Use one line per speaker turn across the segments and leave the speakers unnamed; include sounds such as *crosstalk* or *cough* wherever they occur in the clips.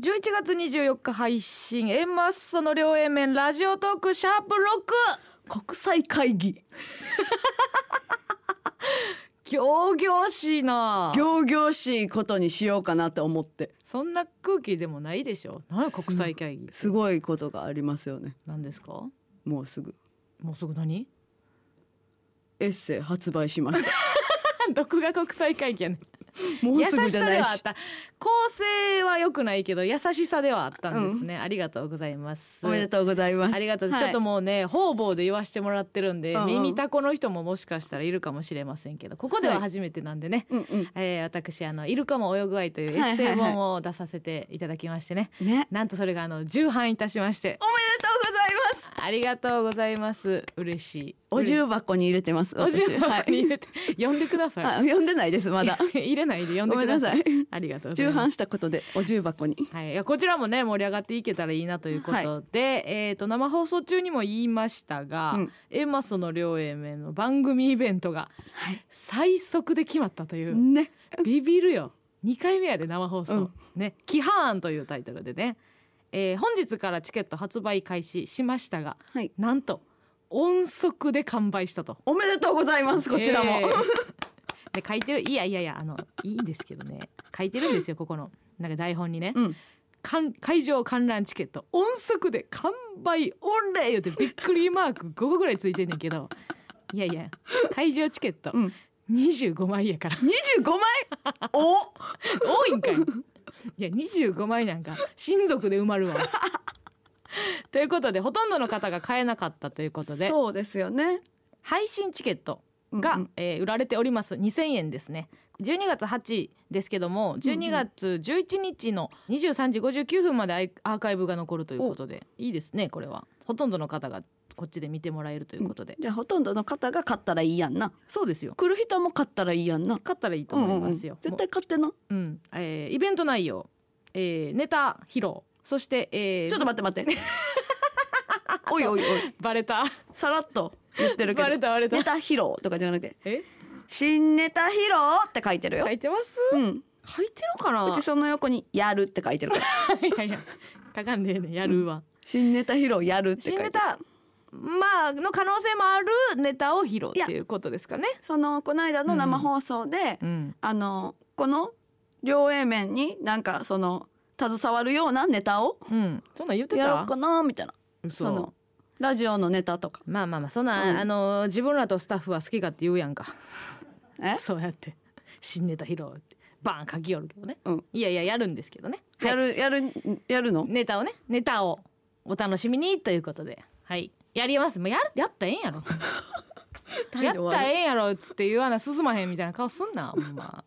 11月24日配信円マッソの両円面ラジオトークシャープ6
国際会議
仰々しいな
行々しいことにしようかなと思って
そんな空気でもないでしょ何国際会議
すごいことがありますよね
何ですか
もうすぐ
もうすぐ何
エッセイ発売しました
*laughs* どこが国際会議やねん
もう
優
すぐ
し
じゃ
さ
な
で
い
はあっ
した
構成は良くないけど優しさではあったんですね、ありがとうございます
おめでとうございます
ありがとう、
はい
ちょっともうね方々で言わしてもらってるんで、
うんうん
耳たこの人ももしかしたらいるかもしれませんけどここでは初めてなんでね、
うんうん
えー私あの「イルカも泳ぐ愛」というエッセイ本を出させていただきましてね、
ね
なんとそれがあの重版いたしまして
おめでとうございます
ありがとうございます嬉しい
お重箱に入れてます
お
私
重箱に入れて、呼んでください
はい、あ読んでないですまだ
入れないで呼んで
ごめ
く
ん
だ
な
さい
さい
ありがとうござい
重
ます
版したことでお重箱に
はい、いやこちらもね盛り上がっていけたらいいなということで、えっ、と生放送中にも言いましたが、
うん
エマソの両英名の番組イベントが最速で決まったという、
ね
ビビるよ2回目やで生放送、
うん
ね「キハーン」というタイトルでね、えー本日からチケット発売開始しましたが
はい
なんと音速で完売したと。
おめでとうございますこちらも、
えーで書いてるいやいやいやあのいいんですけどね書いてるんですよここのなんか台本にね。
うん
観会場観覧チケット音速で完売御礼言うてびっくりマーク5個ぐらいついてんねんけどいやいや会場チケット
うん
25枚やから
25枚
*laughs*
お
多いんかいいや25枚なんか親族で埋まる
*laughs*
わ。ということでほとんどの方が買えなかったということで
そうですよね
配信チケットが、
うんうん
えー売られております2000円ですね12月8日ですけども12月11日の23時59分までアイアーカイブが残るということでいいですねこれはほとんどの方がこっちで見てもらえるということで、
じゃあほとんどの方が買ったらいいやんな
そうですよ
来る人も買ったらいいやんな
勝ったらいいと思いますよ、
うんうん、絶対買ってな
もううんえーイベント内容、えーネタ披露そして、えー
ちょっと待って待って *laughs* おいおいおい
バレた
さらっと言ってるけ
バレ
ど
たバレた
ネタ披露とかじゃなくて
え
新ネタ披露って書いてるよ、
書いてます
うん
書いてるかな
うちその横にやるって書いてるから
いやいや書かんでええねんやるわ、
*laughs* 新ネタ披露やるって書い
新
て
ネ
る
タまあの可能性もあるネタを披露
いや
っていうことですかね。
そのこの間の生放送で、
うん、
あのこの両 A 面になんかその携わるようなネタを
うん、そんなん言ってた。
やろうかなみたいな
嘘
そのラジオのネタとか
まあまあまあそんな、
うん
あの自分らとスタッフは好きかって言うやんか。
え
そうやって新ネタ披露ってバーン書きよるけどね。
うん
いやいややるんですけどね。はい
やるやるやるの
ネタをねネタをお楽しみにということではいやります。もうやるやったらええん
*laughs*
やろ。やったらええんやろっつって言わな進まへんみたいな顔すんなほんま。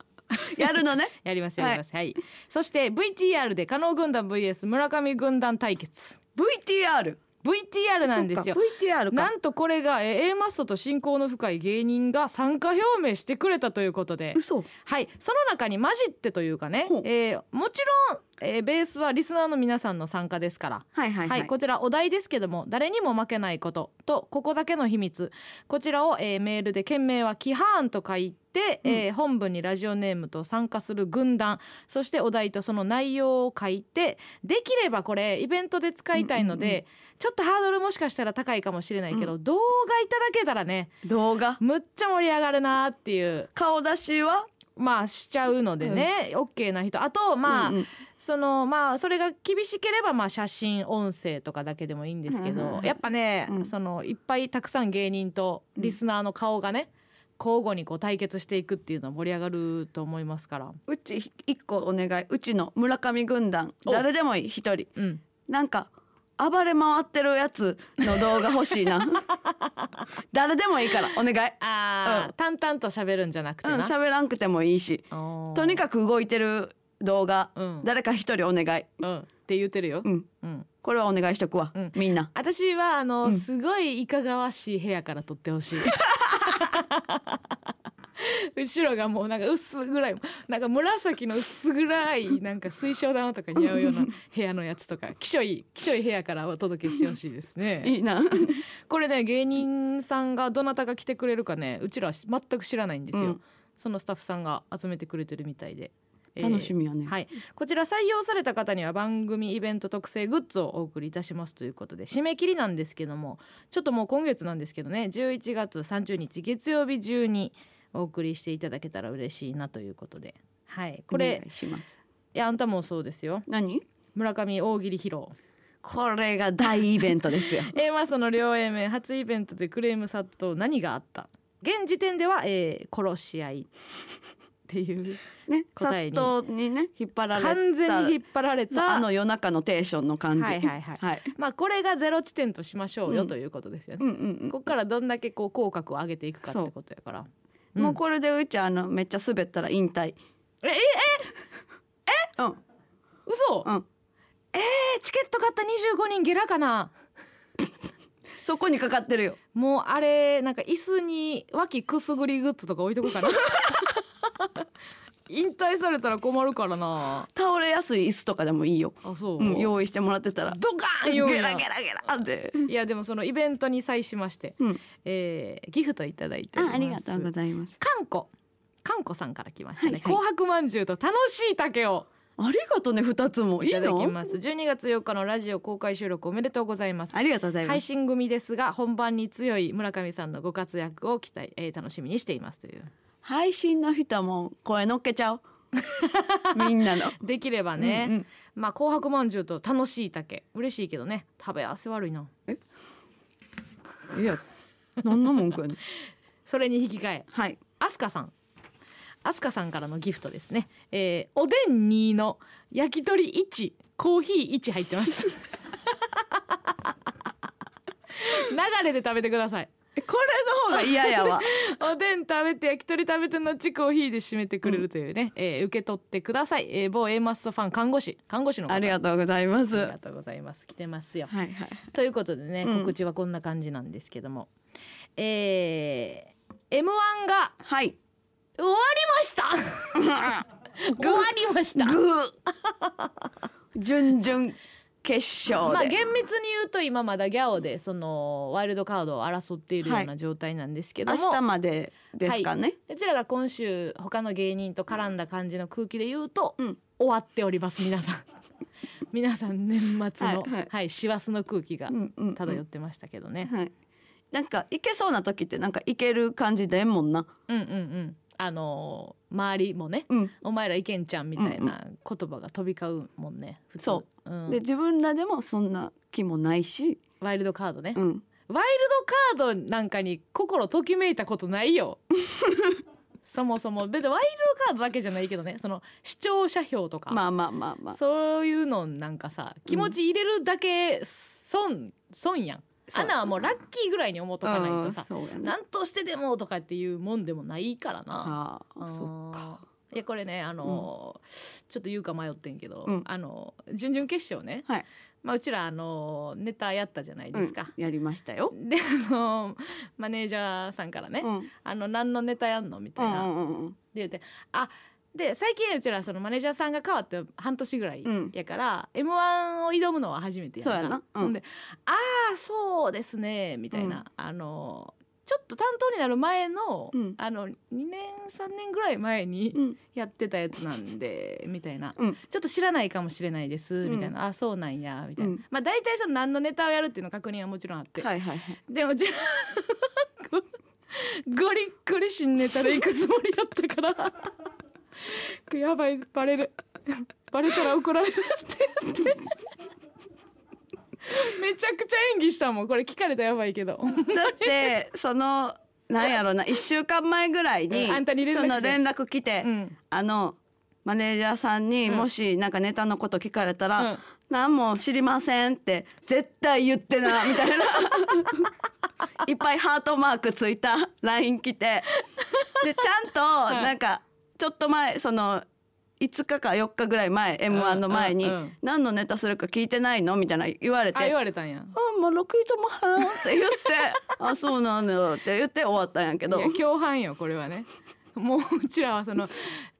やるのね
やりますやりますはい、そして VTR で加納軍団 VS 村上軍団対決
VTR
VTR なんですよ
そうか VTR か
なんとこれがえー A マッソと親交の深い芸人が参加表明してくれたということで
嘘
はいその中に混じってというかね
ほう、
えーもちろん、えーベースはリスナーの皆さんの参加ですから
はいはい
は、
はいい、
こちらお題ですけども誰にも負けないこととここだけの秘密こちらを、えーメールで件名は「キハーン」と書いて、えー本文にラジオネームと参加する軍団そしてお題とその内容を書いてできればこれイベントで使いたいので、
うんうんう
ちょっとハードルもしかしたら高いかもしれないけど、動画いただけたらね
動画
むっちゃ盛り上がるなっていう
顔出しは
まあしちゃうのでね、オッ OK な人あとまあ、
うんうん
そのまあそれが厳しければまあ写真音声とかだけでもいいんですけ
うんうん
ど
うん
やっぱね、
うん
そのいっぱいたくさん芸人とリスナーの顔がね、交互にこう対決していくっていうのは盛り上がると思いますから、
うち一個お願いうちの村上軍団
お
誰でもいい一人
うん、
なんか暴れ回ってるやつの動画欲し
*laughs*
いな誰でもいいからお願い
あ
う
あ淡々と喋るんじゃなくて
うん
な、
喋らんくてもいいしとに
か
かく動いてる動画、
く、うん
誰か一人お願い
うん、って言ってるよ、
うん
うん
これはお願いしとくわ、
うん
みんな
私はあの、
うん
すごいいかがわしい部屋から撮ってほ
*laughs*
しい後ろがもうなんか薄暗いなんか紫の薄暗いなんか水晶玉とか似合うような部屋のやつとかきしょいきしょい部屋からお届けして *laughs* ほしいですね
いいな
これね芸人さんがどなたが来てくれるかねうちらは全く知らないんですよ、
うん
そのスタッフさんが集めてくれてるみたいでえー
楽しみやね、
はい、こちら採用された方には番組イベント特製グッズをお送りいたしますということで締め切りなんですけどもちょっともう今月なんですけどね11月30日月曜日中にお送りしていただけたら嬉しいなということで、はい、こ
お願
れ
いします
いやあんたもそうですよ
何
村上大喜利披露。
これが大イベントですよ
えー、まあその両 A 面初イベントでクレーム殺到何があった現時点では、えー殺し合いっていう
*laughs* ね
答えに
殺到にね引っ張られた
完全に引っ張られた
あの夜中のテーションの感じ
はいはいはい
はい、
まあこれがゼロ地点としましょうよ
うん
ということですよね、
うんうん
ここからどんだけこう口角を上げていくか
そ
っ
う
てことやから
うん、もうこれでうちあのめっちゃ滑ったら引退
えええ
うん
嘘、
うん
えチケット買った25人ゲラかな
そこにかかってるよ
もうあれなんか椅子に脇くすぐりグッズとか置いとこうかな引退されたら困るからな
倒れやすい椅子とかでもいいよ、
あそう、
うん、用意してもらってたら
ドカーン
ゲ
言
ラ
うんや
ゲラゲラって、
いやでもそのイベントに際しまして、
うん、
えー、ギフトいただいており
あ
ます
ありがとうございます
かんこかんこさんから来ましたね、
はいはい
紅白まんじゅうと楽しい竹を
ありがとうね二つもい
い
い
ただき
の
ます12月4日のラジオ公開収録おめでとうございます
ありがとうございま
配
す、
信組ですが本番に強い村上さんのご活躍を期待、えー、楽しみにしていますという
配信の人も声乗っけちゃ *laughs* おうみんなの
できればね、
うんうん
まあ紅白まんじゅうと楽しい竹嬉しいけどね食べ合わせ悪いない
や、何の文句やねん。
それに引き換え
はい。
アスカさん。アスカさんからのギフトですね。えー、おでん2の焼き鳥1、コーヒー1入って
*laughs*
ます。流れで食べてください。
えこれの方が嫌やわ。
おでん食べて焼き鳥食べて後コーヒーで締めてくれるというね、えー受け取ってください。えー、某 A マッソファン看護師、看護師の方
ありがとうございます。
あり
は
がとうございます。来てますよ。 *laughs*
いはい。
ということでね、
うん
告知はこんな感じなんですけども、えー、M1 が
はい。
終わりま
*laughs*
した終わりました
ぐー。準々決
まあ
勝で。
厳密に言うと今まだギャオでそのワイルドカードを争っているよう
は
な状態なんですけど
明
も、
日までですかね。
うちらが今週他の芸人と絡んだ感じの空気で言うと、
うん
終わっております皆さん *laughs* 皆さん年末の
はいはい
はい師走、の空気が
うんうんうん
漂ってましたけどね、
はい。なんか行けそうな時ってなんか行ける感じでんもんな。
うん、うんうんあのー周りもね
うん。
お前らいけんちゃんみたいな言葉が飛び交うもんね普通、
そう
ん、
で自分らでもそんな気もないし。
ワイルドカードね、
うん。
ワイルドカードなんかに心ときめいたことない
*laughs*
よそもそも別にワイルドカードだけじゃないけどねその視聴者票とか、
まあまあまあまあ。
そういうのなんかさ気持ち入れるだけ損損やん
そう
アナはもうラッキーぐらいに思っとかないと
あー
さ
そうやな。
何としてでもとかっていうもんでもないからな。
ああ、そうか。
いやこれねあのーちょっと言うか迷ってんけど、
うん
あのー準々決勝ね、
はい
まあ、うちらあのーネタやったじゃないですか、
うんやりましたよ。
であのマネージャーさんからね「
うん。
あの何のネタやんの?」み
う
たい
ん
な、
う
で
んうんうん。
言うて「あで最近うちらそのマネージャーさんが変わって半年ぐらい
うん
やから、m 1を挑むのは初めてやんか
そうやなうん
ほんで「ああそうですね」みたいな、
うん
あのちょっと担当になる前の、
うん
あの2年3年ぐらい前に
うん。
やってたやつなんでみたいな、
うん
ちょっと知らないかもしれないです、みたいなあそうなんやみたいな、
うん
まあ大体その何のネタをやるっていうの確認はもちろんあって、
はいはいはい。
でもじゃ *laughs* ゴリッゴリ新ネタで行くつもりやったからやばいバレるバレたら怒られるって言ってめちゃくちゃ演技したもんこれ聞かれたらやばいけど
だってそのなんやろな1
*laughs*
週間前ぐらいに
うんあんたに連絡来
そ
て
の連絡来て、
うん
あのマネージャーさんに
うん
もしなんかネタのこと聞かれたら「
うん
何も知りません」って「絶対言って
*laughs*
な」みたいないっぱいハートマークついた LINE 来てでちゃんと
い
なんかちょっと前その5日か4日ぐらい前 m 1の前に
うんうんうん
「何のネタするか聞いてないの?」みたいな言われて
あ言われたんや
あもう6位ともはんって言って *laughs* あそうなんだよって言って終わったんやけ
い
ど
や共犯よこれはね *laughs* もううちらはその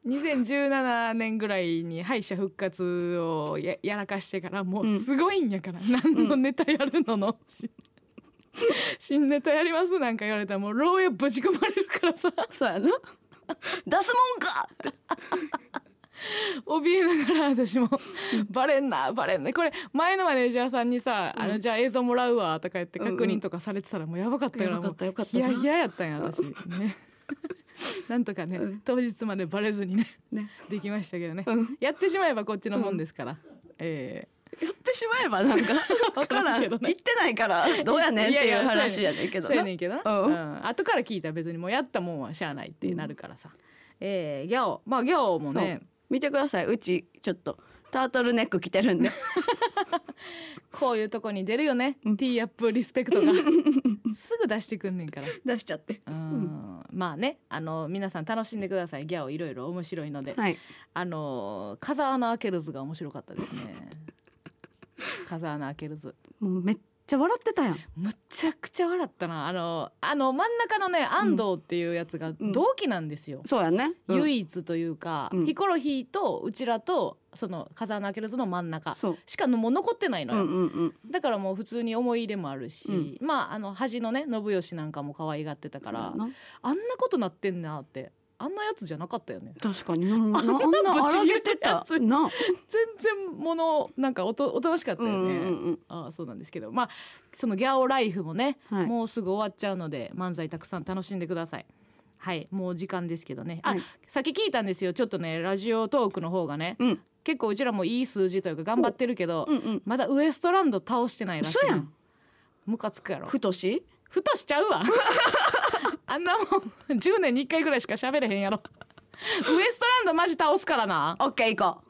2017年ぐらいに敗者復活をややらかしてからもうすごいんやから、何のネタやるのの、し新ネタやりますなんか言われたらもう牢へぶち込まれるからさ
そうやな出すもんかって
怯えながら私もバレんなバレんなこれ前のマネージャーさんにさ「
うん
あのじゃあ映像もらうわ」とか言って
うんうん
確認とかされてたらもうやばかったから
やばかった
もう
よかった
い
な
やいややったんや私
*laughs*
ねなんとかね、
うん
当日までバレずにね
ね、
できましたけどね、
うん
やってしまえばこっちのもんですから、え
やってしまえば
*laughs*
なんか分からん
け
言
ど
っ
ね
てないからどうやねんって
い
い
や
う
いや
話やねんけ
ー、
ど
そう
な
やねんけどな、
う
うんん後から聞いたら別にもうやったもんはしゃあないってなるからさ、えーギャオまあギャオもね
見てくださいうちちょっとタートルネック着てるんで
こういうとこに出るよね、
うん
ティーアップリスペクト
*laughs*
がす *laughs* ぐ出してくんねんから
出しちゃって
うんまあねあの皆さん楽しんでくださいギャオいろいろ面白いので、
はい
あの風穴開ける図が面白かったですね風穴開ける図
もうめっちゃ笑ってたやん
むちゃくちゃ笑ったなあのあの真ん中のね安藤っていうやつが
うん
同期なんですよ、
そうやね、うん
唯一というか、
うん
ヒコロヒーとうちらとその風穴開ける図の真ん中
そう
しかもう残ってないの
うん
よ、
うんうん
だからもう普通に思い入れもあるし、まああの端のね信義なんかも可愛がってたか
そう
ら
やな
あんなことなってんなってあんなやつじゃなかったよね
確かにななあん
んな
な
ぶち
荒
切れ
げ
た
て
や
た
つ
な
全然ものなんかおとおとなしかった
う
よ
ん
ね、
うんうん
ああそうなんですけどまあそのギャオライフもね、
はい
もうすぐ終わっちゃうので漫才たくさん楽しんでくださいはいもう時間ですけどねあ、
はい
さっき聞いたんですよちょっとねラジオトークの方がね
うん
結構うちらもいい数字というか頑張ってるけど、
うんうん
まだウエストランド倒してないらし
嘘
い
や
なんムカつくやろ
ふとし
ふとしちゃうわ *laughs* あんなもん10年に1回ぐらいしか喋れへんやろウエストランドマジ倒すからな
オッケー行こ